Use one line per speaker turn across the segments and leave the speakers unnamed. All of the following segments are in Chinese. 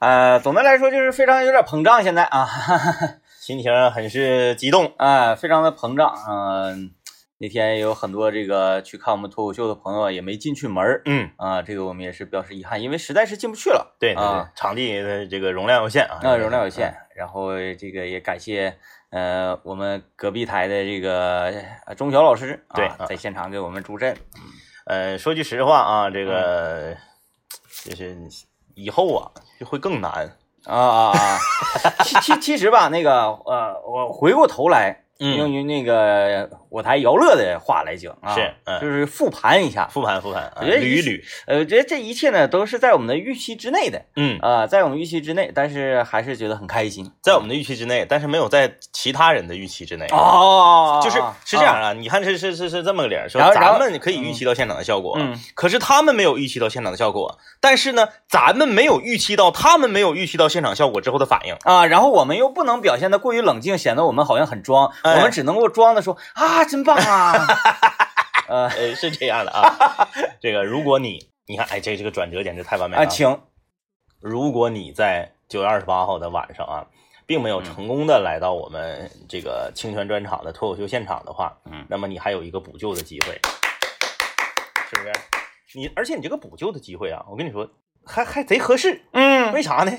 呃，总的来说就是非常有点膨胀，现在啊， 哈哈哈
心情很是激动。
啊，非常的膨胀。嗯、那天也有很多这个去看我们脱口秀的朋友也没进去门儿
嗯，
啊，这个我们也是表示遗憾，因为实在是进不去了。
对对对
啊，
场地的这个容量有限啊，
那容量有限。然后这个也感谢呃我们隔壁台的这个呃钟晓老师啊，
对啊
在现场给我们助阵。
呃，说句实话啊，这
嗯
个就是以后啊就会更难。
啊啊啊！其其其实吧，那个呃，我回过头来，
嗯
用于那个我台姚乐的话来讲啊，
是嗯
就是复盘一下，
复盘复盘啊，
我觉得
捋一捋。
呃，我觉得这一切呢都是在我们的预期之内的
嗯，
啊、在我们预期之内，但是还是觉得很开心。
在我们的预期之内，但是没有在其他人的预期之内。
哦
就是是这样啊，你看是是是是这么个理儿，说
然后然
咱
后
们可以预期到现场的效果，
嗯，
可是他们没有预期到现场的效果，但是呢，咱们没有预期到他们没有预期到现场效果之后的反应，
啊，然后我们又不能表现的过于冷静，显得我们好像很装，
哎
我们只能够装的说啊，真棒 啊，呃
呃，是这样的啊，这个如果你你看，哎，这这个转折简直太完美了
啊，
啊，
请
如果你在九月二十八号的晚上啊，并没有成功的来到我们这个清泉专场的脱口秀现场的话，
嗯
那么你还有一个补救的机会，是不是？你而且你这个补救的机会啊，我跟你说，还还贼合适，
嗯
为啥呢？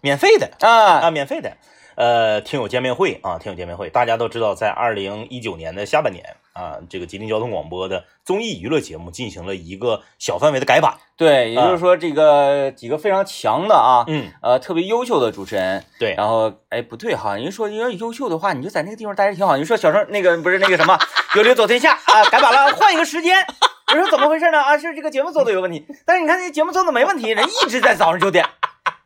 免费的
啊
啊，免费的。呃，听友见面会啊，听友见面会，大家都知道，在二零一九年的下半年啊，这个吉林交通广播的综艺娱乐节目进行了一个小范围的改版。
对，也就是说这个几个非常强的啊，
啊嗯，啊
呃，特别优秀的主持人，
对，
然后哎不对哈，人家说要优秀的话，你就在那个地方待着挺好。你说小生那个不是那个什么有理走天下啊，改版了，换一个时间。我说怎么回事呢？啊，是这个节目做的有问题，但是你看这节目做的没问题，人一直在早上九点，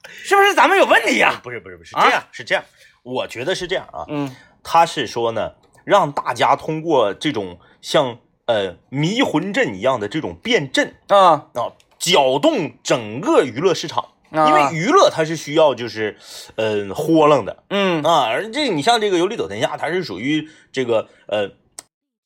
是不是咱们有问题呀、
不是不是不是
啊
这样，是这样，我觉得是这样啊，
嗯
他是说呢，让大家通过这种像呃迷魂阵一样的这种变阵
啊，
啊，搅动整个娱乐市场。
啊
因为娱乐它是需要就是，嗯、呃，豁楞的
嗯
啊，而这你像这个《有理走天下》，它是属于这个呃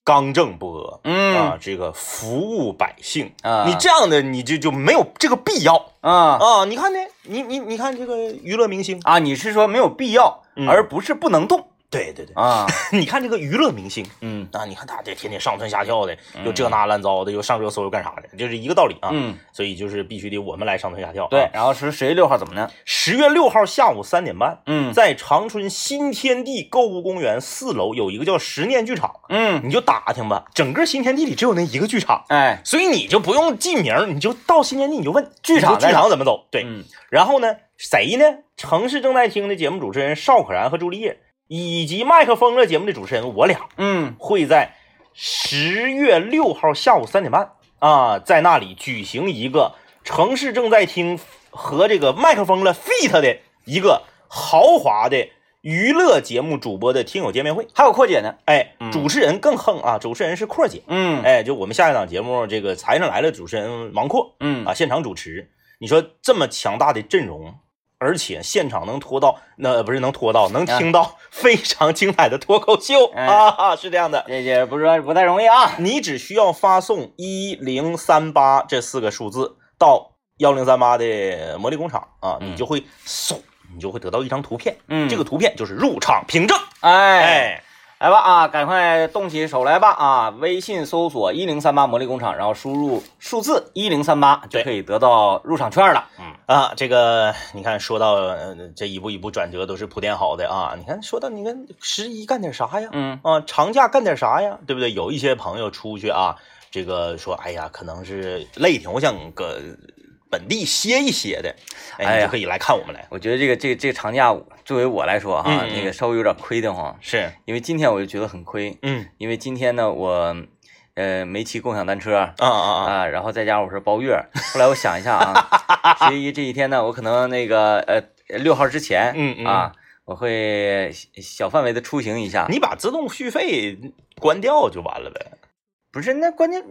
刚正不阿，
嗯
啊，这个服务百姓
啊
你这样的你就就没有这个必要
啊
啊。你看呢，你你你看这个娱乐明星，
啊，你是说没有必要，
嗯
而不是不能动
对对对，
啊？
你看这个娱乐明星
嗯
啊，你看他这天天上蹿下跳的，又这那乱糟的，又上热搜又干啥的，就是一个道理啊。
嗯，
所以就是必须得我们来上蹿下跳、啊
对。，然后是十月六号怎么呢？
十月六号下午三点半，
嗯
在长春新天地购物公园四楼有一个叫十念剧场，
嗯，
你就打听吧。整个新天地里只有那一个剧场，
哎
所以你就不用记名，你就到新天地你就问剧
场
剧
在哪
场怎么走。对，
嗯
然后呢，谁呢？城市正在听的节目主持人邵可然和朱丽叶，以及麦克风了节目的主持人我俩。
嗯
会在十月六号下午三点半啊，在那里举行一个城市正在听和这个麦克风了 feat 的一个豪华的娱乐节目主播的听友见面会。
还有扩姐呢？
哎，主持人更横啊，主持人是阔姐。
嗯
哎，就我们下一档节目这个《财神来了》，主持人王阔
嗯
啊，现场主持。你说这么强大的阵容，而且现场能拖到，那、不是能拖到，能听到非常精彩的脱口秀、
啊哎
啊，是这样的。
这也不是说不太容易啊。
你只需要发送一零三八这四个数字到幺零三八的魔力工厂啊，
嗯
你就会嗖，你就会得到一张图片，
嗯
这个图片就是入场凭证，
哎，
哎，
来吧啊，赶快动起手来吧啊！微信搜索一零三八魔力工厂，然后输入数字一零三八就
对
可以得到入场券了。
啊，这个你看，说到、呃、这一步一步转折都是铺垫好的啊，你看，说到你看十一干点啥呀？
嗯
啊，长假干点啥呀？对不对？有一些朋友出去啊，这个说，哎呀，可能是累挺，我想搁本地歇一歇的，
哎
哎，
呀
你就可以来看我们来，
我觉得这个这个这个长假作为我来说哈、
嗯嗯
那个稍微有点亏得慌，
是，
因为今天我就觉得很亏，
嗯，
因为今天呢我呃没骑共享单车。
啊啊啊，
啊，然后再加上我是包月，后来我想一下 啊，十一这一天呢，我可能那个呃六号之前，
嗯嗯
啊，我会小小范围的出行一下，
你把自动续费关掉就完了呗。
不是，那关键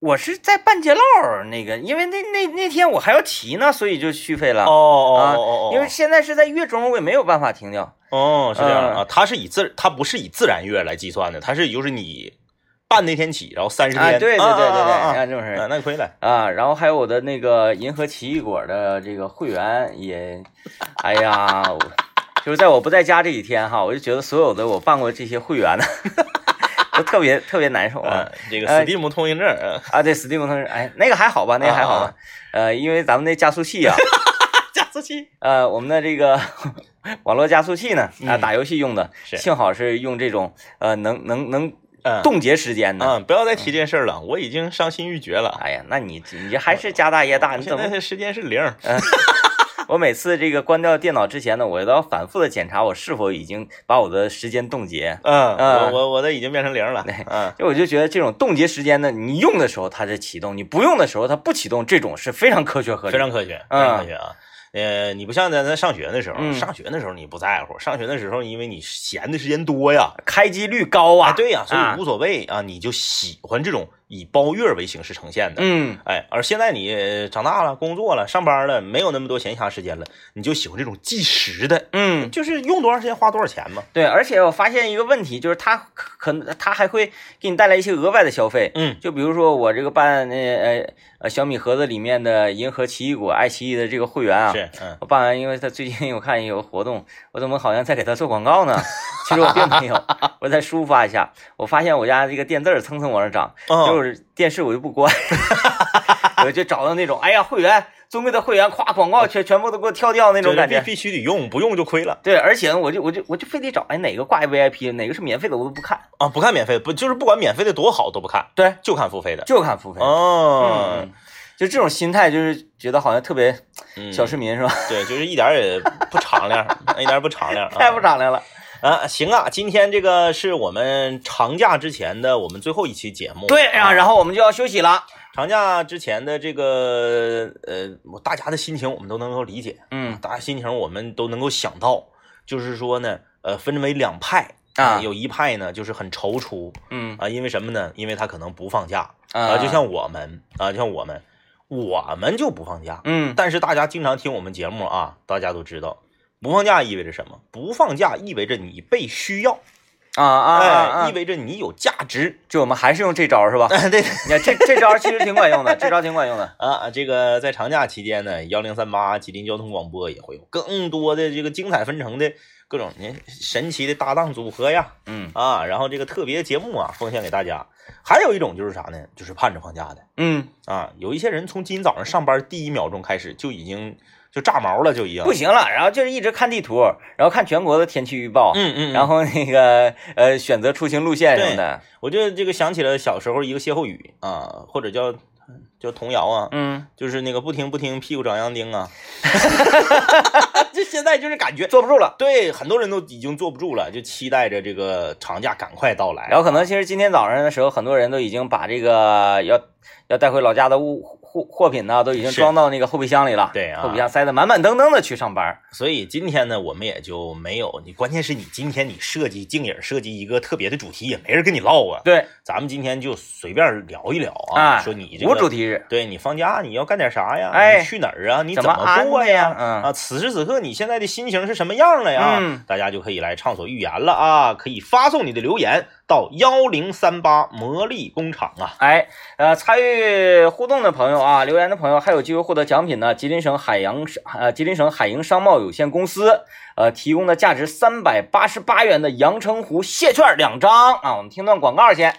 我是在半截道儿那个，因为那那那天我还要骑呢，所以就续费了。
哦哦
啊
哦
因为现在是在月中，我也没有办法停掉。
哦是这样
呃
啊，它是以自它不是以自然月来计算的，它是就是你办那天起，然后三十天、
啊，对对对对对，
啊啊啊
啊，这种事
啊
儿
那可以了。
啊。然后还有我的那个银河奇异果的这个会员也，哎呀，我就是在我不在家这几天哈，我就觉得所有的我办过这些会员呢， 都特别特别难受啊
啊，这个
哎
Steam 通行 证，啊
啊！对，Steam 同志，哎，那个还好吧，那个还好吧，
嗯
呃，因为咱们那加速器啊，
加速器，
呃，我们的这个 网络加速器呢，啊，
嗯
打游戏用的，
是
幸好是用这种呃能能能
嗯，
冻结时间的。
嗯，不要再提这件事儿了，我已经伤心欲绝了。
哎呀，那你你这还是家大业大，你
现
嗯怎
在
么？嗯
的时间是零，
我每次这个关掉电脑之前呢，我都要反复的检查我是否已经把我的时间冻结。
嗯，我
嗯
我我的已经变成零了，嗯，
因为我就觉得这种冻结时间呢，你用的时候它是启动，你不用的时候它不启动，这种是非常科学合理的。
非常科学，非
嗯
常科学啊。呃，你不像咱咱上学的时候，
嗯
上学的时候你不在乎，上学的时候因为你闲的时间多呀，
开机率高啊。
啊，对呀，所
啊
以无所谓啊，你就喜欢这种以包月为形式呈现的。
嗯，
哎，而现在你呃长大了、工作了、上班了，没有那么多闲暇时间了，你就喜欢这种计时的，
嗯，
就是用多长时间花多少钱嘛。
对，而且我发现一个问题，就是它可可能它还会给你带来一些额外的消费。
嗯，
就比如说我这个办那呃呃小米盒子里面的银河奇异果、爱奇艺的这个会员啊，
是，嗯，
我办完，因为他最近我看有活动，我怎么好像在给他做广告呢？ 其实我并没有，我再抒发一下。我发现我家这个电字儿蹭蹭往上涨，
哦，
就是电视我就不关， 我就找到那种哎呀会员尊贵的会员，咵广告全全部都给我跳掉那
这
种感觉。
必必须得用，不用就亏了
对，而且呢我就我就我就非得找哎哪个挂 VIP，哪个是免费的我都不看，
啊！不看免费，不就是不管免费的多好都不看，
对，
就看付费的。
就看付费。
哦
嗯，，就这种心态，就是觉得好像特别
嗯
小市民是吧？
对，就是一点儿也不敞亮，一点儿也不 敞亮啊，
太不敞亮了。
啊！行啊，今天这个是我们长假之前的我们最后一期节目。
对
啊
啊，然后我们就要休息了。
长假之前的这个呃，我大家的心情我们都能够理解，
嗯
大家心情我们都能够想到，就是说呢，呃，分为两派
啊
哎有一派呢就是很踌躇
嗯
啊，因为什么呢？因为他可能不放假
啊
啊，就像我们啊，就像我们，我们就不放假，
嗯
但是大家经常听我们节目啊，大家都知道。不放假意味着什么？不放假意味着你被需要，
啊啊啊啊
哎，意味着你有价值。
就我们还是用这招儿是吧？
哎， 对，
你看这这招儿其实挺管用的，这招儿挺管用的。
啊，这个在长假期间呢，幺零三八吉林交通广播也会有更多的这个精彩纷呈的各种您神奇的搭档组合呀，
嗯
啊，然后这个特别节目啊，奉献给大家。还有一种就是啥呢？就是盼着放假的
嗯，
啊，有一些人从今天早上上班第一秒钟开始就已经就炸毛了，就已经
不行了，然后就是一直看地图，然后看全国的天气预报，
嗯嗯，
然
后
后那个呃选择出行路线什么的。
我就这个想起了小时候一个歇后语啊，或者叫叫童谣啊，
嗯，
就是那个不听不听屁股长洋钉啊， 就现在就是感觉
坐不住了。
对，很多人都已经坐不住了，就期待着这个长假赶快到来。
然后可能其实今天早上的时候，很多人都已经把这个要要带回老家的物货货品呢，都已经
是
装到那个后备箱里了。
对啊
后备箱塞得满满登登的去上班儿。
所以今天呢，我们也就没有你，关键是你今天你设计静影设计一个特别的主题，也没人跟你唠啊。
对
咱们今天就随便聊一聊啊，
啊，
说你这
无主
个，
题日，
对你放假你要干点啥呀？
哎
你去哪儿啊？你
怎
么
么安
过
排呀
呀？
嗯
啊，此时此刻你现在的心情是什么样了呀？
嗯
大家就可以来畅所欲言了啊！可以发送你的留言到幺零三八魔力工厂 啊。
哎，呃，参与互动的朋友啊，留言的朋友还有机会获得奖品呢。吉林省海洋呃，吉林省海盈商贸有限公司呃提供的价值三百八十八元的阳澄湖蟹券两张啊。我们听段广告先。哎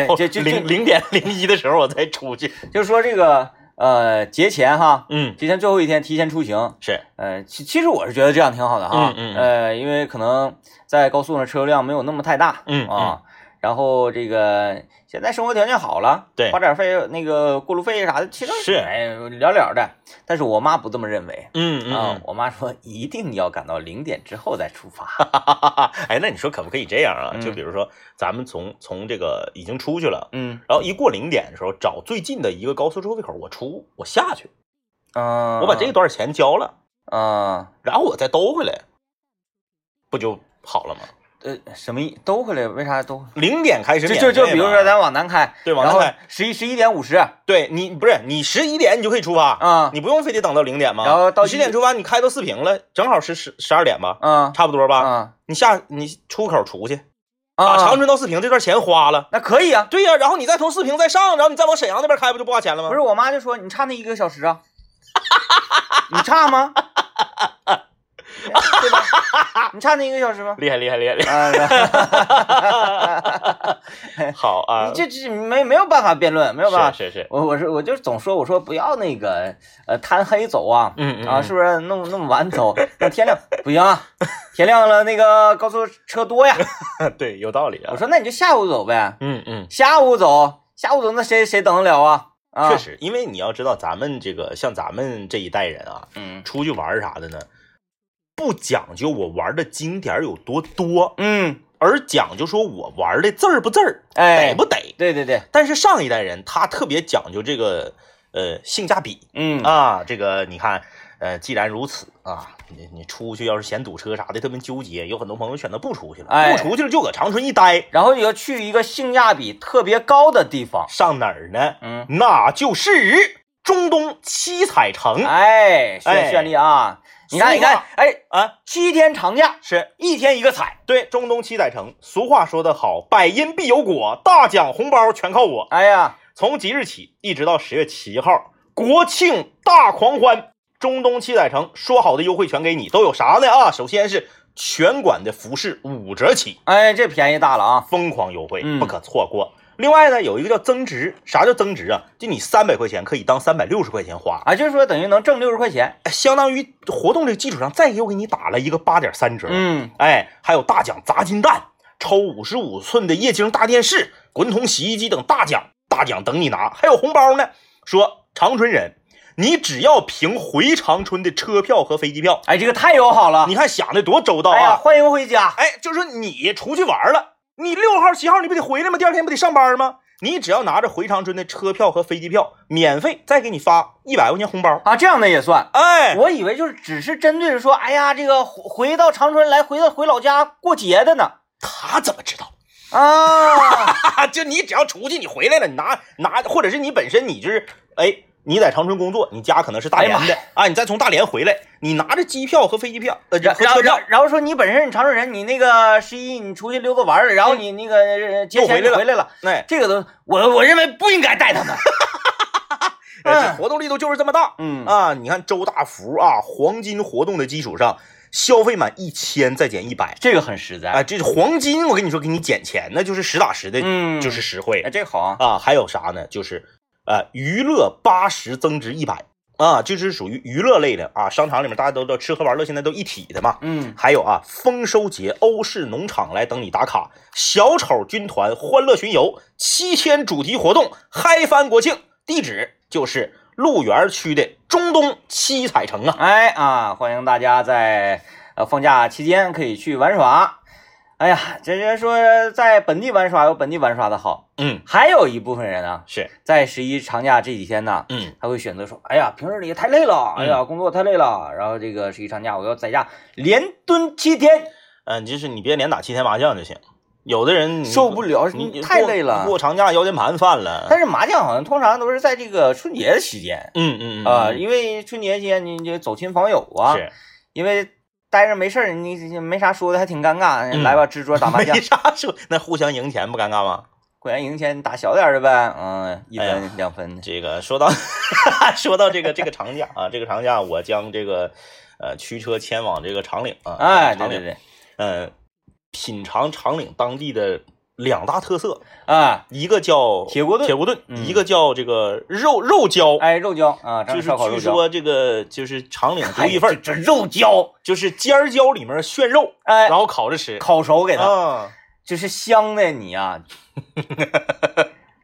然后，
就就
零
就
零点零一的时候我再出去。
就是说这个呃节前哈，
嗯，
节前最后一天提前出行，
是，
呃，其其实我是觉得这样挺好的哈，
嗯嗯嗯
呃，因为可能在高速上车流量没有那么太大，
嗯
啊，然后这个现在生活条件好了，
对
花点费那个过路费啥的，其实
是
哎了了的。但是我妈不这么认为
嗯
啊，，我妈说一定要赶到零点之后再出发，
哎，那你说可不可以这样啊？
嗯
就比如说咱们从从这个已经出去了，
嗯
然后一过零点的时候，找最近的一个高速收费口，我出，我下去，
嗯，
我把这段钱交了，
啊
然后我再兜回来，不就好了吗？
呃什么意兜回来？为啥兜？
零点开始
就
免
就就
费
比如
嘛
说咱往南开，
对往南开
十一十一点五十
对你不是你十一点你就可以出发
啊
你不用非得等到零点嘛。
然后到
十点出发，你开到四平了，正好是十十二点吧，
啊
差不多吧。
啊
你下你出口出去，
啊
把长春到四平这段钱花了。
那可以啊。
对呀、然后你再从四平再上，然后你再往沈阳那边开，不就不花钱了吗？
不是，我妈就说你差那一个小时啊，你差吗？对吧？ 你差那一个小时吗？
厉害厉害厉害厉
啊，
害，好 啊
你，这这没没有办法辩论，没有办法。
是是是，
我我是我就总说我说不要那个呃贪黑走啊，
嗯嗯
啊
嗯
是不是弄那么晚走，那天亮不行啊，天亮了那个高速车多呀。
对，有道理啊
我。说那你就下午走呗，
嗯嗯，
下午走下午走那谁谁等得了啊？啊，
确，实，因为你要知道，咱们这个像咱们这一代人啊，
嗯
出去玩儿啥的呢，不讲究我玩的景点儿有多多，
嗯，
而讲究说我玩的字儿不字儿，
哎
得不得。
对对对，
但是上一代人他特别讲究这个呃性价比
嗯
啊，这个你看，呃，既然如此啊，你你出去要是嫌堵车啥的特别纠结，有很多朋友选择不出去了，
哎
不出去了就搁长春一待，
然后你要去一个性价比特别高的地方，
上哪儿呢？
嗯，
那就是中东七彩城
哎，
哎
绚绚丽啊！你看，
俗
你看
话，
哎，
啊，
七天长假，
是
一天一个彩，
对中东七彩城。俗话说得好，百因必有果，大奖红包全靠我。
哎呀，
从即日起一直到十月七号，国庆大狂欢，中东七彩城说好的优惠全给你，都有啥呢啊？首先是全馆的服饰五折起，
哎，这便宜大了啊！
疯狂优惠
嗯，
不可错过。另外呢，有一个叫增值，啥叫增值啊？就你三百块钱可以当三百六十块钱花，
啊，就是说等于能挣六十块钱，
哎相当于活动这个基础上再又给你打了一个八点三折。
嗯，
哎，还有大奖砸金蛋、抽五十五寸的液晶大电视、滚筒洗衣机等大奖，大奖等你拿，还有红包呢。说长春人，你只要凭回长春的车票和飞机票，
哎，这个太友好了，
你看想的多周到
哎呀，
啊！
欢迎回家，
哎，就是你出去玩了，你六号、七号你不得回来吗？第二天不得上班吗？你只要拿着回长春的车票和飞机票，免费再给你发一百块钱红包。
啊，这样的也算。
哎，
我以为就是只是针对着说，哎呀，这个回回到长春来，回到回老家过节的呢，
他怎么知道？
啊，
啊，就你只要出去，你回来了，你拿拿，或者是你本身你就是，哎，你在长春工作，你家可能是大连
哎
的、啊，你再从大连回来，你拿着机票和飞机票，呃，
然
和
然后
车
然
票
后然后说你本身你长春人，你那个十一你出去溜达玩儿了，然后你那个呃节
嗯又
前
回来
你
了
回来了。
哎，
这个都我我认为不应该带他们。
哎，这活动力度就是这么大。
嗯
啊，你看周大福啊，黄金活动的基础上，消费满一千再减一百，
这个很实在
哎，这是黄金，我跟你说，给你减钱，那就是实打实的，
嗯
就是实惠
哎，。这个好啊。
啊，还有啥呢？就是呃，娱乐八十增值一百啊，就是属于娱乐类的啊。商场里面大家都知道，吃喝玩乐现在都一体的嘛。
嗯，
还有啊，丰收节欧式农场来等你打卡，小丑军团欢乐巡游七天主题活动，嗨翻国庆，地址就是鹿园区的中东七彩城啊。
哎啊，欢迎大家在呃放假期间可以去玩耍。哎呀，这人说在本地玩耍有本地玩耍的好，
嗯，
还有一部分人呢，
是，
在十一长假这几天呢，
嗯，
他会选择说，哎呀，平时里太累了，哎呀，工作太累了，然后这个十一长假我要在家连蹲七天，
嗯、就是你别连打七天麻将就行。有的人嗯你
受不了
你你
太
过
累了
过长假腰间盘犯了。
但是麻将好像通常都是在这个春节的期间
嗯嗯嗯
啊、
嗯
因为春节期间你就走亲访友啊，
是
因为待着没事儿，你你没啥说的，还挺尴尬。
嗯
来吧，支桌打麻将
没，啥说，那互相赢钱不尴尬吗？
果然赢钱，你打小点儿的呗，嗯，一
哎
分、
呀
两分的。
这个说到说到这个这个长假啊，这个长假我将这个呃驱车前往这个长岭啊，
哎，对
长
对
岭，
对，
嗯、品尝长岭当地的两大特色，
啊，
一个叫
铁锅炖
铁锅炖，
嗯
一个叫这个肉肉胶。
哎，肉胶啊，这
就是
烧烤
据
肉胶，
说这个就是长岭独
哎
一份儿，
这这肉胶，
就是尖儿椒里面炫肉，
哎
然，后烤着吃。
烤熟给它，
啊，
就是香的你啊，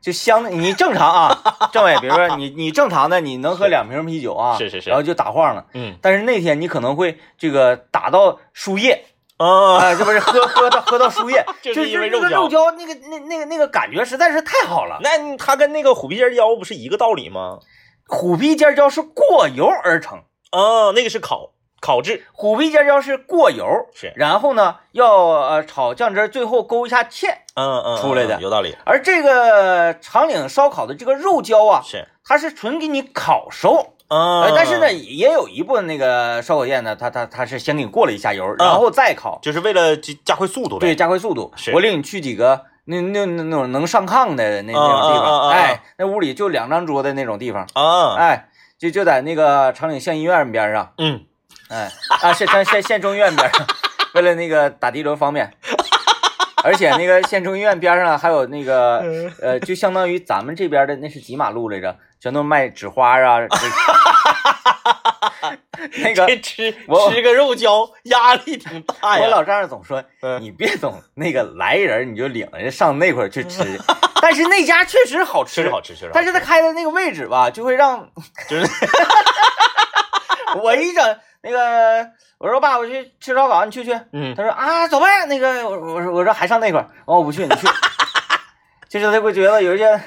就香的你正常啊， 政委，比如说你你正常的你能喝两瓶啤酒啊，
是是是
然后就打晃了。
嗯
但是那天你可能会这个打到输液，
啊，
啊，这不是喝喝到喝到输液，
就是
是
因为
那个
肉
肉胶那个那那个那个感觉实在是太好了。
那它跟那个虎皮尖儿椒不是一个道理吗？
虎皮尖椒是过油而成，
啊，那个是烤烤制，
虎皮尖椒是过油，
是
然后呢要呃炒酱汁儿，最后勾一下芡。
嗯嗯，
出来的
嗯有道理，
而这个长岭烧烤的这个肉胶啊，
是
它是纯给你烤熟，
啊
呃，但是呢，也有一部分那个烧烤店呢，它它它是先给你过了一下
嗯
油，然后再烤，
就是为了加加快速度
对，
呗。
加快速度
是。
我领你去几个那那那那种能上炕的那那种地
啊啊啊
方，
啊
哎，那屋里就两张桌的那种地方，
啊，
哎，就就在那个长岭县医院边上，
嗯，
哎啊，县县县县中医院边 上，为了那个打的轮方便。而且那个县中医院边上还有那个
嗯
呃，就相当于咱们这边的那是几马路来着，全都卖纸花 啊，纸那个
这哎吃
我
吃个肉胶压力挺大呀。
我老丈人总说
嗯，
你别总那个来人你就领人上那块儿去吃， 但是那家确实好
嗯确
吃，
实好吃，确实好吃。
但是他开的那个位置吧，就会让
就是
我一整那个，我说爸，我去吃烧烤，你去不去？
嗯
他说啊，走呗。那个我我说我说还上那块儿，哦，我不去，你 去。就是他会觉得有一些，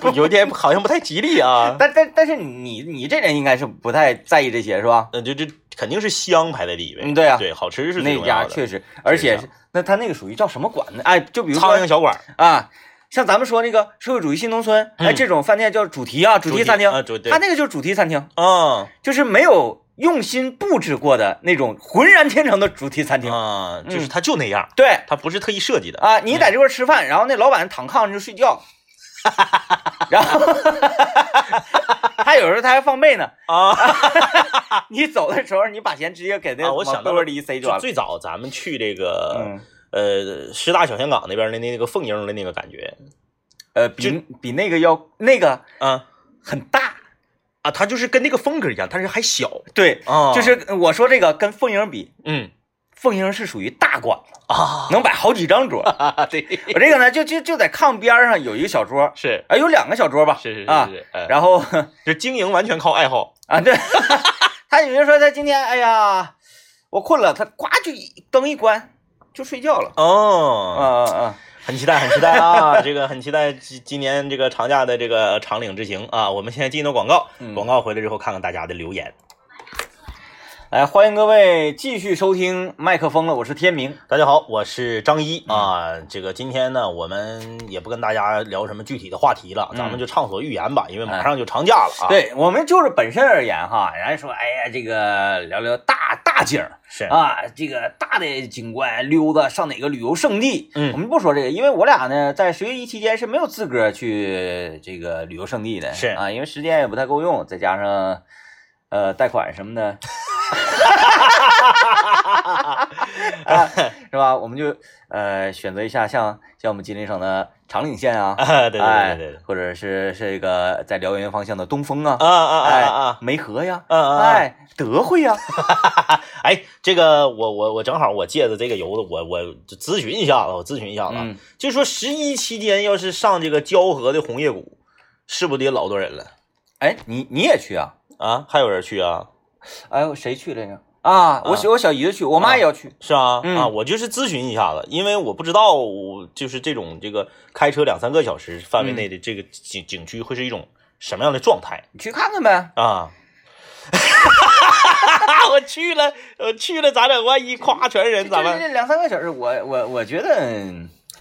不有点好像不太吉利啊。
但但但是你你这人应该是不太在意这些是吧？
嗯，就这肯定是香排在第一位。
嗯对啊
对，好吃是最
那
重
家
要的。
确实，而且
这
是那他那个属于叫什么馆呢？哎，就比如
苍
说
蝇小馆儿，
啊，像咱们说那个社会主义新农村，哎，
嗯
这种饭店叫主题啊，主题餐厅，
啊，主对
他，那个就是主题餐厅，
嗯
就是没有用心布置过的那种浑然天成的主题餐厅。
啊，就是
嗯
它就那样，
对
它不是特意设计的。
啊，你在这块儿吃饭，然后那老板躺炕上就睡 觉，然后他有时候他还放背呢。
啊，
你走的时候，你把钱直接给那
啊我
往
想
被
到
窝
了
里一塞就
就
完了。
最早咱们去这个
嗯，
呃师大小香港那边的那个凤英的那个感觉
呃，比比那个要那个
啊
很大，
啊，它就是跟那个风格一样，但是还小
对，
啊，
就是我说这个跟凤英比，
嗯
凤英是属于大馆子，
啊，
能摆好几张 桌。
对，
我这个呢，就就就在炕边儿上有一个小桌，
是
啊，有两个小桌吧，
是是是
啊，
是，哎
然后
就经营完全靠爱好，
啊，对， 他有人说他今天，哎呀，我困了，他呱就一灯一关就睡觉了，啊
哦，
啊啊，
很期待，很期待啊！这个很期待今今年这个长假的这个长岭之行啊！我们现在进一段广告，
嗯
广告回来之后看看大家的留言。
来欢迎各位继续收听麦克风了，我是天明，
大家好，我是张一啊。这个今天呢，我们也不跟大家聊什么具体的话题了，咱们就畅所欲言吧，因为马上就长假了啊。，
对我们就是本身而言哈，人家说，哎呀，这个聊聊大大景儿
是
啊，这个大的景观溜达上哪个旅游胜地，
嗯
我们不说这个，因为我俩呢在十月一期间是没有资格去这个旅游胜地的，
是
啊，因为时间也不太够用，再加上呃贷款什么的，啊，是吧？我们就呃选择一下像像我们吉林省的长岭县啊。
啊， 对对对对对，
哎，或者是这个在辽源方向的东风啊，
啊啊啊
哎
啊啊！
梅河呀，
啊啊！啊，
哎，德惠呀，
哎，这个我我我正好我借着这个由子，我我咨询一下子，我咨询一下子啊，
嗯
就说十一期间要是上这个蛟河的红叶谷，是不是得老多人了
哎，你你也去啊？
啊？还有人去啊？
哎呦，谁去来着？啊，我小我小姨子去，我妈也要去。
是啊，
嗯
啊，我就是咨询一下子，因为我不知道，我就是这种这个开车两三个小时范
嗯
围内的这个景、景区会是一种什么样的状态
你去看看呗，
啊？ 我去了，我去了，咱俩万一夸全人，
这
咱
这
们
这两三个小时，我我我觉得，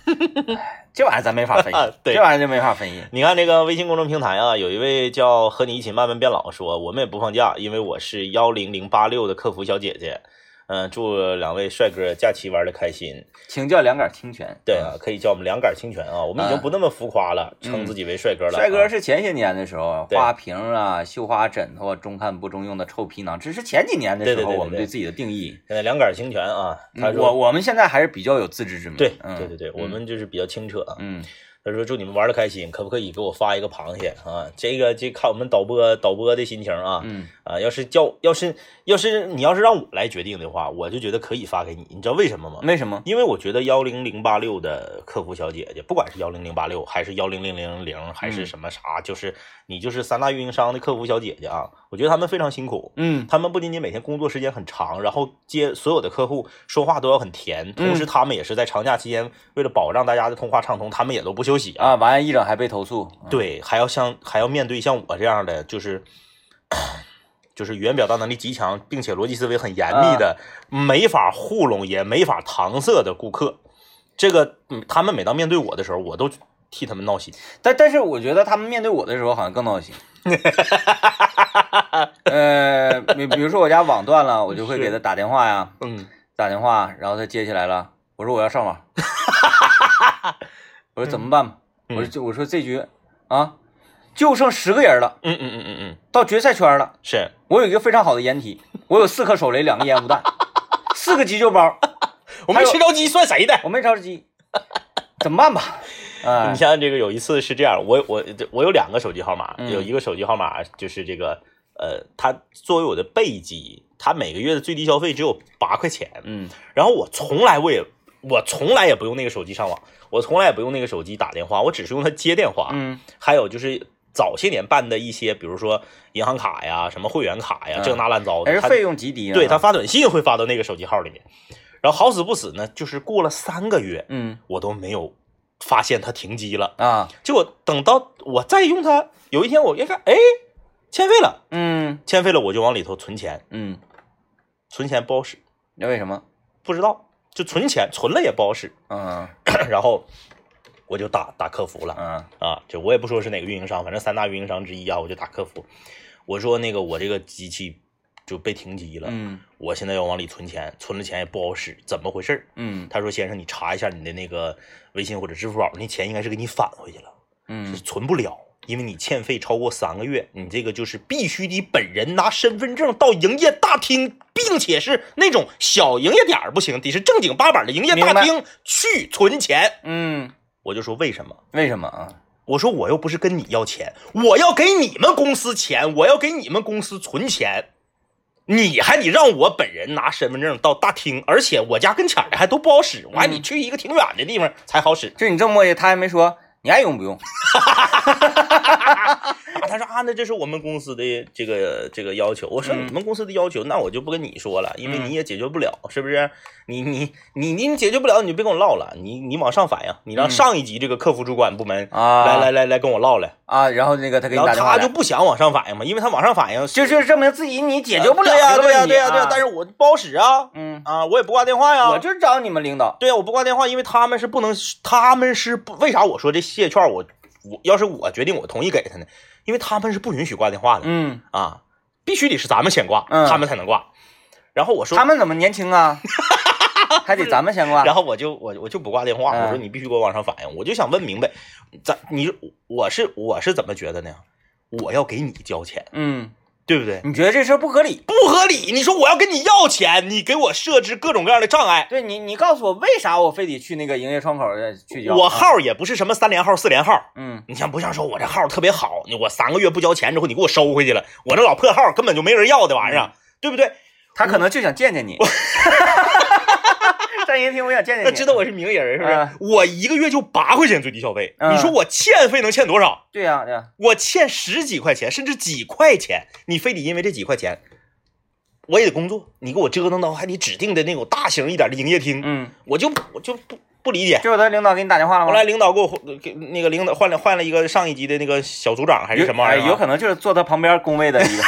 哎这玩意儿咱没法分析，
啊对
这玩意儿就没法分析。
你看这个微信公众平台啊，有一位叫和你一起慢慢变老说，我们也不放假，因为我是幺零零八六的客服小姐姐。嗯、祝两位帅哥假期玩的开心。
请教两杆清泉，
对啊，可以叫我们两杆清泉啊，我们已经不那么浮夸了，称自己为帅哥了
嗯
啊。
帅哥是前些年的时候，
对
花瓶啊、绣花枕头啊、中看不中用的臭皮囊，这是前几年的
对对
时候
对对
我们
对
对自己的定义。
现在两杆清泉啊，他
嗯
说
我我们现在还是比较有自知之明。
对
嗯
对对对，我们就是比较清澈啊。
嗯，
他说祝你们玩的开心，可不可以给我发一个螃蟹啊？这个这看我们导播导播的心情啊
嗯
啊！要是叫要是要是你要是让我来决定的话，我就觉得可以发给你，你知道为什么吗？
为什么？
因为我觉得幺零零八六的客服小姐姐，不管是幺零零八六还是幺零零零零还是
嗯
什么啥，就是你就是三大运营商的客服小姐姐啊，我觉得他们非常辛苦，
嗯
他们不仅仅每天工作时间很长，然后接所有的客户说话都要很甜，同时他们也是在长假期间，为了保障大家的通话畅通，他们也都不休息啊。
啊，完了一整还被投诉。
对，还要像还要面对像我这样的，就是就是语言表达能力极强，并且逻辑思维很严密的，没法糊弄也没法搪塞的顾客。这个，嗯他们每当面对我的时候，我都替他们闹心。
但但是我觉得他们面对我的时候好像更闹心。呃，比比如说我家网断了，我就会给他打电话呀，
嗯，
打电话，然后他接起来了，我说我要上 网，我说怎么办吧？
嗯
我说就我说这局啊，就剩十个人了，
嗯嗯嗯嗯嗯，
到决赛圈了，
是
我有一个非常好的掩体，我有四颗手雷，两个烟雾弹，四个急救包，
我
还
没
有
吃着鸡算谁的？
我没着急，怎么办吧？哎
你，像这个有一次是这样，我我我有两个手机号码，
嗯
有一个手机号码就是这个呃，它作为我的备机，它每个月的最低消费只有八块钱，
嗯
然后我从来我也我从来也不用那个手机上网，我从来也不用那个手机打电话，我只是用它接电话。
嗯
还有就是早些年办的一些，比如说银行卡呀、什么会员卡呀，
嗯
这那乱糟
还
的，
是
它
费用极低啊，
对他发短信会发到那个手机号里面。然后好死不死呢，就是过了三个月，
嗯
我都没有发现它停机了。
啊
结果等到我再用它，有一天我一看，哎，欠费了，
嗯
欠费了，我就往里头存钱，
嗯，
存钱不好使，
那为什么？
不知道就存钱，存了也不好使。
嗯
然后我就打打客服了
嗯
啊，就我也不说是哪个运营商，反正三大运营商之一啊，我就打客服，我说那个我这个机器就被停机了，
嗯
我现在要往里存钱，存了钱也不好使，怎么回事儿？
嗯
他说先生，你查一下你的那个微信或者支付宝，那钱应该是给你返回去了，是
嗯
存不了。因为你欠费超过三个月，你这个就是必须得本人拿身份证到营业大厅，并且是那种小营业点儿不行，得是正经八板的营业
明白
大厅去存钱。
嗯，
我就说为什么？
为什么啊？
我说我又不是跟你要钱，我要给你们公司钱，我要给你们公司存钱，你还得让我本人拿身份证到大厅，而且我家跟前儿的还都不好使，我还
嗯
得去一个挺远的地方才好使。
就你这么磨叽，他还没说你爱用不用？
啊，他说啊，那这是我们公司的这个这个要求。我说
嗯
你们公司的要求，那我就不跟你说了，因为你也解决不了，是不是？你你你你解决不了，你就别跟我唠了，你你往上反映，你让
嗯
上一级这个客服主管部门、
啊
来来来来跟我唠来。
啊，然后那个他给
然
你
后
打电话
他就
来，
不想往上反映嘛，因为他往上反映
就就是证明自己你解决不了
对呀、
这个
对呀、
问题
对呀、对呀、
啊
但是我不好使啊，
嗯，
啊，我也不挂电话呀。
我就找你们领导，
对呀、我不挂电话，因为他们是不能，他们是不为啥？我说这谢券我，我要是我决定，我同意给他呢，因为他们是不允许挂电话的、
嗯，
啊，必须得是咱们先挂，
嗯
他们才能挂。然后我说，
他们怎么年轻啊？ 还得咱们先挂，
然后我就我我就不挂电话，
嗯
我说你必须给我往上反映，我就想问明白，咱你我是我是怎么觉得呢？我要给你交钱，
嗯，
对不对？
你觉得这事儿不合理？
不合理。你说我要跟你要钱，你给我设置各种各样的障碍，
对你，你告诉我为啥我非得去那个营业窗口儿去交？
我，号也不是什么三连号、四连号。
嗯
你像不像说我这号特别好，你我三个月不交钱之后你给我收回去了，我这老破号根本就没人要的玩意
嗯
儿，对不对？
他可能就想见见 你。战营厅，我想见
那
见
知
你。
道我是名人是不是？
嗯
我一个月就八块钱最低消费，
嗯
你说我欠费能欠多少？
对啊呀、对呀、
我欠十几块钱，甚至几块钱，你非得因为这几块钱，我也得工作，你给我折腾到还得指定的那种大型一点的营业厅，
嗯，
我就我就不不理解。
这我的领导给你打电话了吗？
后来领导给我给那个领导换了换了一个上一级的那个小组长还是什么玩意儿
有
啊、
哎有可能就是坐他旁边工位的一 个。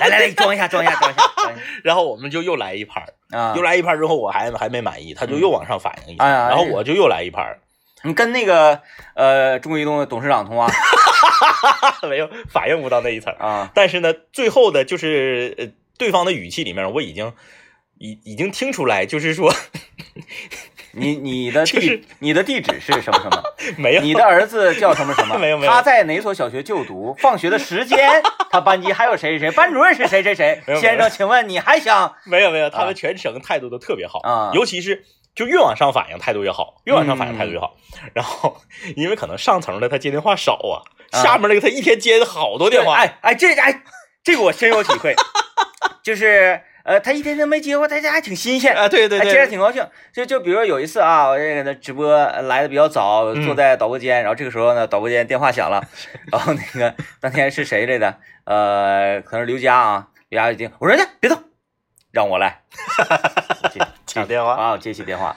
来来来，装一下，装一下，装一下，装一
然后我们就又来一盘儿，
下啊！
又来一盘儿之后我还还没满意，他就又往上反映一下，
哎呀
然后我就又来一盘儿，
你跟那个呃中国移动的董事长通话
没有反应不到那一层儿。
啊？
但是呢，最后的就是呃对方的语气里面，我已经已已经听出来，就是说
你你的地、
就是
你的地址是什么什么？
没有
你的儿子叫什么什么？
没有没有
他在哪所小学就读？放学的时间，他班级还有谁谁谁？班主任是谁谁谁
没？有没有
先生，请问你还想
没有没有，他
啊
们全程态度都特别好，
啊
尤其是就越往上反应态度越好，越往上反应态度越好。然后 因为可能上层的他接电话少啊，
啊
下面那个他一天接好多电话，
哎哎，这哎这个我深有体 会，就是呃，他一天天没接过，他这还挺新鲜。
啊，对对
哎，
对，
接着挺高兴。就就比如有一次啊，我这个呢直播来的比较早，
嗯
坐在导播间，然后这个时候呢，导播间电话响 了，然后那个当天是谁来的？呃，可能是刘佳啊，刘佳就听，我说去，别动，让我 来。接
抢电话
啊，我接起电话。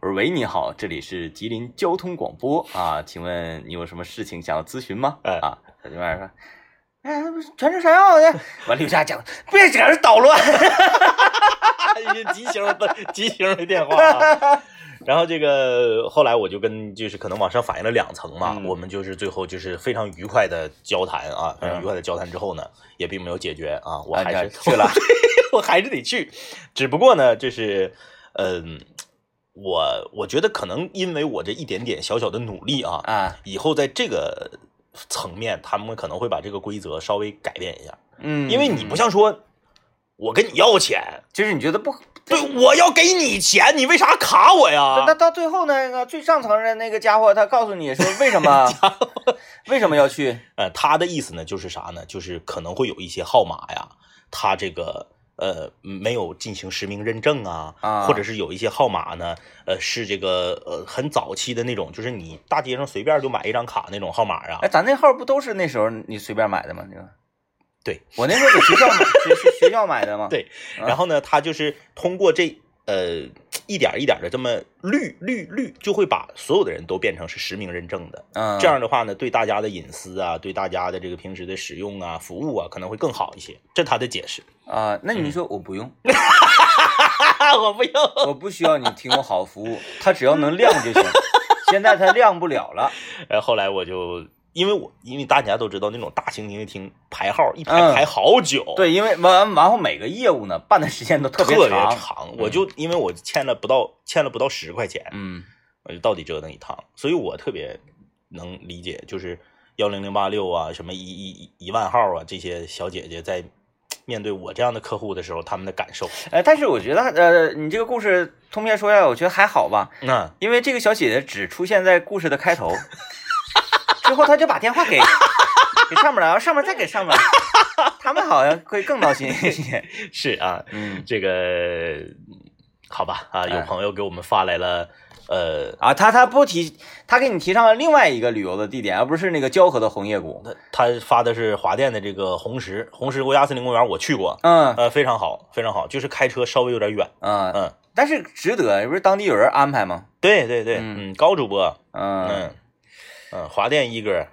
我说喂，你好，这里是吉林交通广播啊，请问你有什么事情想要咨询吗？
哎
啊，在这边说，哎，全程闪耀的， 完刘佳讲，别搁这捣乱，
急星的急星的电话、啊。 然后这个后来我就跟就是可能往上反映了两层嘛，
嗯
我们就是最后就是非常愉快的交谈啊，非常
嗯
愉快的交谈之后呢，也并没有解决啊，我
啊
还
你还
是、
去 了，
我还是得去，只不过呢，就是嗯、我我觉得可能因为我这一点点小小的努力啊，
啊，
以后在这个层面，他们可能会把这个规则稍微改变一下，
嗯，
因为你不像说，我跟你要钱，
就是你觉得不，
对，我要给你钱，你为啥卡我
那那
呀？
到最后那个最上层的那个家伙，他告诉你说为什 么为什么要去
呃，他的意思呢，就是啥呢？就是可能会有一些号码呀，他这个呃没有进行实名认证啊，
啊
或者是有一些号码呢，呃是这个呃很早期的那种，就是你大街上随便就买一张卡那种号码啊
哎，，咱那号不都是那时候你随便买的吗？那个，
对
我那时候在学校买学学学校买的嘛。
对，
啊
然后呢，他就是通过这呃一点儿一点的这么滤滤滤，就会把所有的人都变成是实名认证的。
嗯，
这样的话呢，对大家的隐私啊，对大家的这个平时的使用啊、服务啊，可能会更好一些。这是他的解释。
啊、那
嗯
你说我不用，
啊，我不用。
我不需要你提供好服务，它只要能亮就行。现在它亮不了 了，
然呃后后来我就，因为我因为大家都知道那种大型营业厅排号一排
嗯
排好久，，
对，因为完完后每个业务呢办的时间都特
特
别
别
长，
长。我就因为我欠了不到欠了不到十块钱，
嗯
我就到底折腾一趟，所以我特别能理解，就是幺零零八六啊，什么一一一一万号啊，这些小姐姐在面对我这样的客户的时候，她们的感受。
呃，但是我觉得呃，你这个故事通篇说下来，我觉得还好吧，
那
因为这个小姐姐只出现在故事的开头，之后她就把电话给给上面了，然后上面再给上面了，他们好像会更闹心一些。
是啊，
嗯
这个好吧啊，有
哎
朋友给我们发来了，呃，
啊，他他不提，他给你提上了另外一个旅游的地点，而不是那个交河的红叶谷。
他他发的是华电的这个红石红石国家森林公园，我去过，
嗯
呃，非常好，非常好，就是开车稍微有点远，
嗯，
嗯，
但是值得，不是当地有人安排吗？
对对对，
嗯
嗯，高主播，
嗯，
嗯嗯，华电一哥，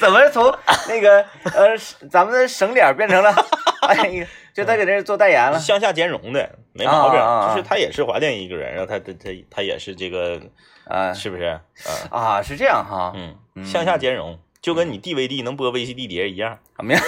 怎么从那个呃，咱们的省脸变成了，哎呀，就他给这做代言了。
乡下兼容的，没毛病，
啊啊啊啊
就是他也是华电一个人，然后他他他他也是这个，
啊
是不是？嗯
啊，是这样哈，
嗯，乡下兼容，就跟你 DVD 能播 VCD 碟一样。
怎么样？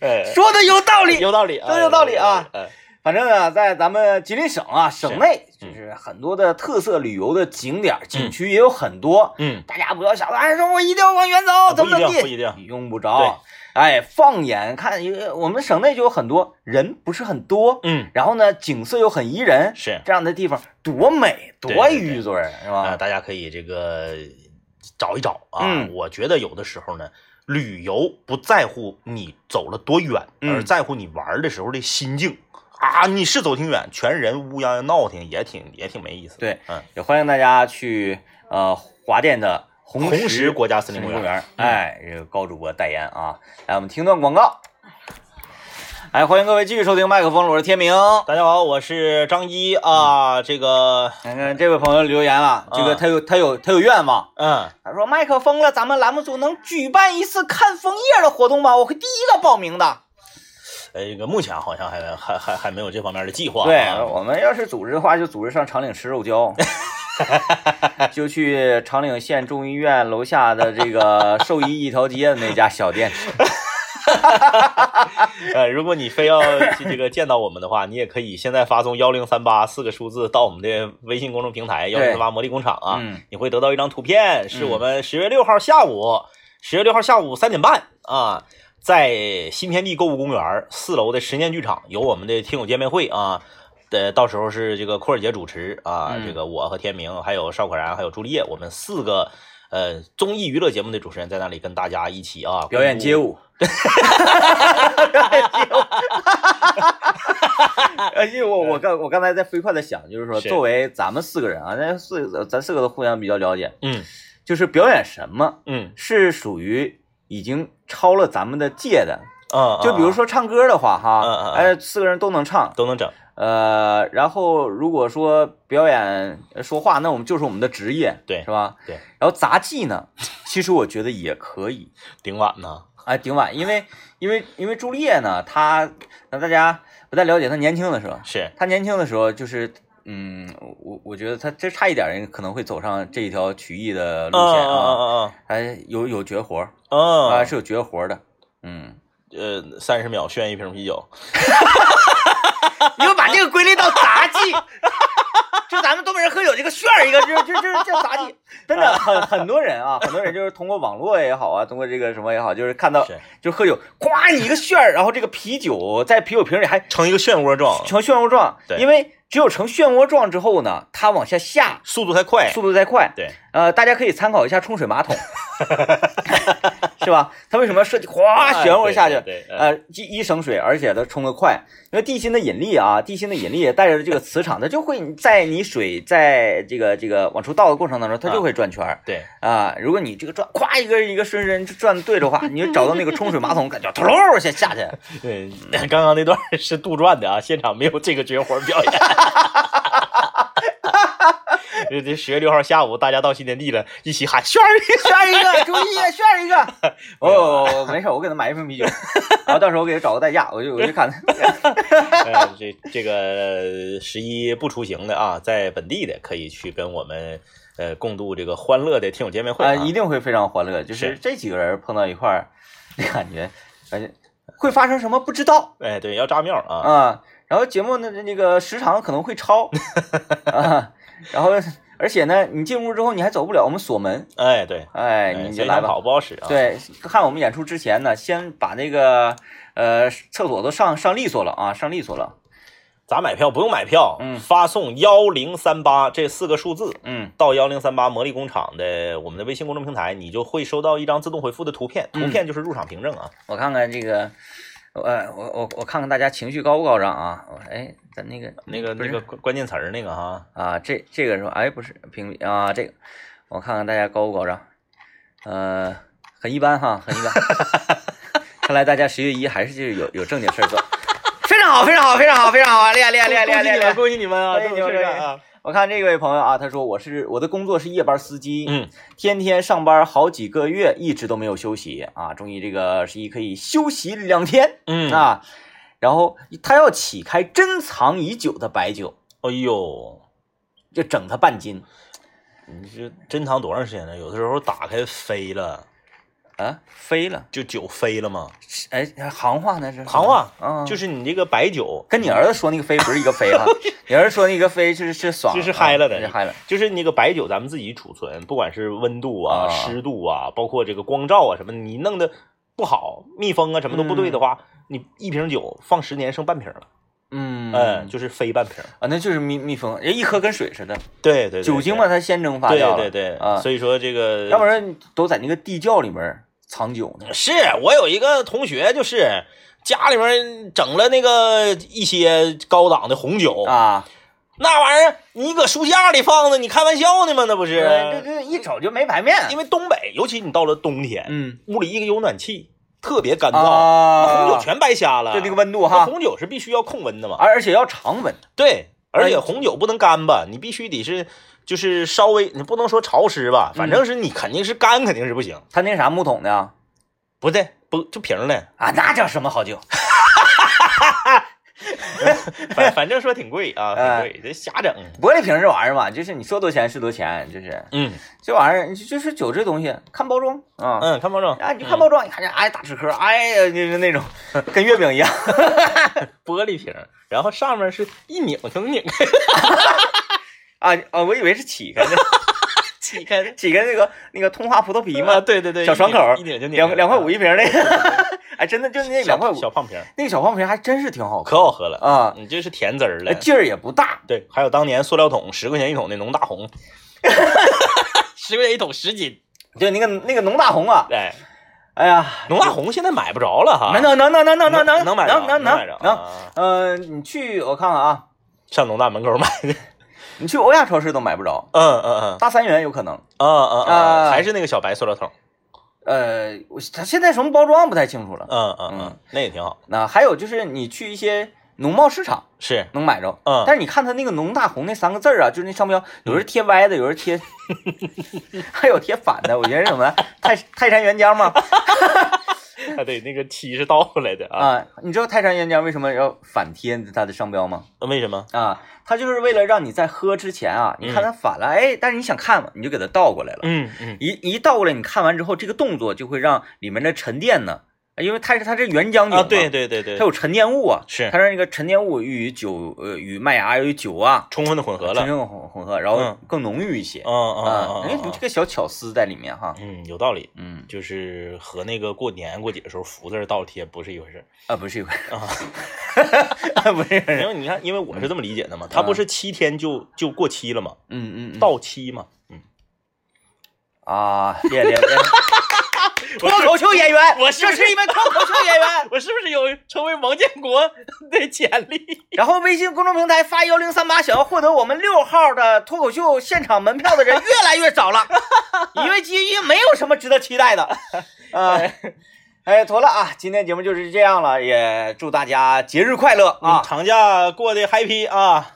哎，
说的有道理。
有道理啊，
都有道理啊
嗯
反正呢，在咱们吉林省啊，省内就是很多的特色旅游的景点、景区也有很多。
嗯，
大家不要想着，哎，说我一定要往远走，
啊不
怎
一
么怎么
定
哦
嗯
地，
不一定
用不着。哎，放眼看，呃我们省内就有很多人不是很多，
嗯
然后呢，景色又很宜人，
是
这样的地方多美，
对
多
对对
淤嘴儿，是
啊，
吧？
大家可以这个找一找啊。
嗯
我觉得有的时候呢，旅游不在乎你走了多远，
嗯
而在乎你玩的时候的心境啊。你是走挺远，全是人乌泱泱闹挺，也挺也挺没意思。
对
嗯，
也欢迎大家去呃华电的红
红石
石
国家森
森
林
林
公
公
园。
园。哎，这个高主播代言啊，来，我们听段广告。哎，欢迎各位继续收听麦克风，我是天明。
大家好，我是张一
嗯
啊。这个，
看看这位朋友留言了，这个
嗯
他有他有他有愿望，
嗯，
他说麦克风了，咱们栏目组能举办一次看枫叶的活动吗？我会第一个报名的。
呃，这个目前好像还还还还没有这方面的计划、
对
啊。，
我们要是组织的话，就组织上长岭吃肉胶，就去长岭县中医院楼下的这个兽医一条街的那家小店吃。
呃，如果你非要这这个见到我们的话，你也可以现在发送幺零三八四个数字到我们的微信公众平台幺零
对
三八魔力工厂啊，
嗯
你会得到一张图片，是我们十月六号下午，十、月六号下午三点半啊。在新天地购物公园四楼的实践剧场有我们的听友见面会啊，呃，到时候是这个库尔杰主持啊，
嗯
这个我和天明，还有邵可然，还有朱丽叶，我们四个呃综艺娱乐节目的主持人在那里跟大家一起啊
表演街
舞。
舞。 而且我我刚我刚才在飞快的想，就是说
是
作为咱们四个人啊，咱四个咱四个都互相比较了解，
嗯
就是表演什么
嗯
是属于已经超了咱们的界的。
啊，
就比如说唱歌的话
嗯
哈
嗯嗯，
哎，四个人都能唱，
都能整。
呃，然后如果说表演呃说话，那我们就是我们的职业，
对
是吧？
对。
然后杂技呢，其实我觉得也可以，
顶碗呢？
啊，顶晚，因为因为因为朱丽叶呢，她让大家不太了解她年轻的时候，
是
她年轻的时候就是，嗯，我我觉得她这差一点儿可能会走上这一条曲艺
嗯
的路线啊，
啊
她有有绝活儿
啊啊
啊，
啊！
是有绝活儿的，嗯，
呃，三十秒炫一瓶啤酒，
你就把这个归类到杂技， 就咱们东北人喝酒这个炫儿一个，这这这这杂技，真的很很多人啊，很多人就是通过网络也好啊，通过这个什么也好，就是看到
是
就喝酒，咵你一个炫儿，然后这个啤酒在啤酒瓶里还。
成一个漩涡状，
成漩涡状，
对
因为只有成漩涡状之后呢，它往下下
速度太快。
速度才快。
哎对，
呃，大家可以参考一下冲水 马桶，是吧？它为什么设计哗漩涡下去？
哎对，嗯对，
呃，一一省水，而且它冲得快，因为地心的引力啊，地心的引力带着这个磁场，它就会在你水在这个这个往出倒的过程当中，它就会转圈儿
对，
啊、如果你这个转，咵一个一个顺时针转对的话，你就找到那个冲水马桶，感觉突噜先下去。
对，刚刚那段是杜撰的啊，现场没有这个绝活表 演。这这十月六号下午，大家到新天地了，一起喊旋儿
炫一个，注意炫一个。 哦，没事，我给他买一瓶啤酒，然后到时候我给他找个代驾，我就我就看他。
呃，这这个十一不出行的啊，在本地的可以去跟我们呃共度这个欢乐的听友见面会
啊，
啊。
一定会非常欢乐。就是
是
这几个人碰到一块儿，感觉感觉会发生什么不知道
哎，对，要炸庙啊，
啊。然后节目的那个时长可能会 超啊，然后而且呢，你进屋之后你还走不了，我们锁门。
哎，对，
哎，
哎
你就
现
来
场
吧。
跑不好使啊。，
对，看我们演出之前呢，先把那个呃厕所都上上利索了啊，上利索了。
咱买票不用买票，
嗯
发送幺零三八这四个数字
嗯
到幺零三八魔力工厂的我们的微信公众平台，你就会收到一张自动回复的图片，图片就是入场凭证啊。
我看看这个，呃，我我我看看大家情绪高不高涨啊？我哎，咱那个
那个
不
那
是
个关关键词儿那个哈，
啊，这这个是吧？哎，不是评比啊，这个我看看大家高不高涨？呃，很一般哈，很一般。 看来大家十月一还是就是有有正经事儿做，非常好，非常好，非常好，非常好，厉害厉害厉害厉害厉害！厉害
恭喜你们啊，
恭喜你们
这么事儿啊！
我看这位朋友啊，他说我是我的工作是夜班司机，
嗯，
天天上班好几个月，一直都没有休息啊，终于这个十一可以休息两天，
嗯，
啊，然后他要起开珍藏已久的白酒，
哎呦。
就整他半斤
你这珍藏多长时间了？有的时候打开飞了，
啊，飞了。
就酒飞了嘛。
是哎，行话那是
行话嗯
啊，
就是是你这个白酒，
跟你儿子说那个飞不是一个飞 啊，你儿子说那个飞是是爽，
就是嗨了的
啊是嗨了。
就是你那个白酒，咱们自己储存，不管是温度啊、
啊
湿度啊，包括这个光照啊什么，你弄的不好，密封啊什么都不对的话，你一瓶酒放十年剩半瓶了，
嗯
嗯，就是飞半瓶。
啊，那就是密密封，人一喝跟水似的，
对对，对
酒精嘛，，它先蒸发
对
掉了，
对对对
啊，
所以说这个，
要不然都在那个地窖里面藏酒呢。
是我有一个同学，就是家里面整了那个一些高档的红酒
啊，
那玩意儿你搁书架里放着，你开玩笑呢吗？那不是？
这这一瞅就没白面，
因为东北，尤其你到了冬天，
嗯
屋里一个有暖气，特别干燥，那
啊，
红酒全白瞎了。
就那个温度
那
哈，
红啊酒是必须要控温的嘛？
而而且要常温，
对，而且
哎
红酒不能干吧，你必须得是就是稍微，你不能说潮湿吧，反正是你肯定是干，肯定是不行。
他那啥木桶的啊，
不对，不就瓶儿的，
啊，那叫什么好酒？
反 反正说挺贵啊，挺贵，这瞎整。
玻璃瓶这玩意儿嘛，就是你说多钱是多钱，就是
嗯
这玩意儿，就就是酒这东西，看包装啊。
嗯，看包装，
啊，你就看包装，你看这哎大纸壳，哎呀，就是那种跟月饼一样，
玻璃瓶儿，然后上面是一拧就能拧 开，
啊啊，我以为是起开的，
起开的。
起开那个那个通化葡萄皮
啊，
嘛，
对对对，
小
一
爽
拧
口
一拧就拧
两
开
两块
了
五一瓶那个，哎，真的就那两块五
嗯小，嗯胖瓶儿，
那个小方瓶还真是挺好
可好喝了！
啊，
你这是甜汁儿
哎
了。
劲儿也不大，
对，还有当年塑料桶十块钱一桶的农大 红，十块钱一桶十斤。
对，那个那个农大红啊，
哎，
哎呀，
农大红现在买不着了哈，
能能能能能能能
啊能买着，
能能
买着
能能，
啊
呃，你去我看看啊，
上农大门口买去。
你去欧亚超市都买不着，
嗯嗯嗯
大三元有可能。
嗯嗯嗯，
啊
还是那个小白塑料桶。
呃，我它现在什么包装不太清楚了。
嗯嗯嗯，那也挺好。
那还有就是你去一些农贸市场
是
能买着。
嗯
但是你看他那个“农大红”那三个字儿啊，就是那商标，有人贴歪的，有人 贴，还有贴反的。我觉得是什么呢？泰泰山原浆 嘛，
啊，对，那个七是倒过来的啊。
啊、你知道泰山原浆为什么要反贴它的商标吗？
为什么？
啊，它就是为了让你在喝之前啊，你看它反了，哎，但是你想看嘛，你就给它倒过来了。
嗯嗯，
一一倒过来，你看完之后，这个动作就会让里面的沉淀呢，因为它是它这原浆酒嘛
啊，对对对对
它，有沉淀物啊，
是
它让这个沉淀物与酒呃与麦芽与酒啊
充分的混合
产
了。
生混混合，然后
嗯
更浓郁一些
嗯嗯
啊
嗯，
哎
嗯，
你
嗯
这个小巧思在里面哈，
嗯，有道理。
嗯
就是和那个过年过节的时候福字儿倒贴不是一回事儿，
啊不是一回 事
啊，
不是一回事
因为你看，因为我是这么理解的嘛，他不是七天就就过期了嘛，
嗯嗯嗯嗯
到期嘛，嗯，
啊，练练 练，脱口秀演员，
我是
这是一名脱口秀演员。
我是不是有成为王建国的潜力？
然后微信公众平台发幺零三八，想要获得我们六号的脱口秀现场门票的人越来越少了，因为基于没有什么值得期待的。呃，哎，妥了啊，今
嗯
天节目就是这样了，也祝大家节日快乐啊！
长假过得 happy 啊！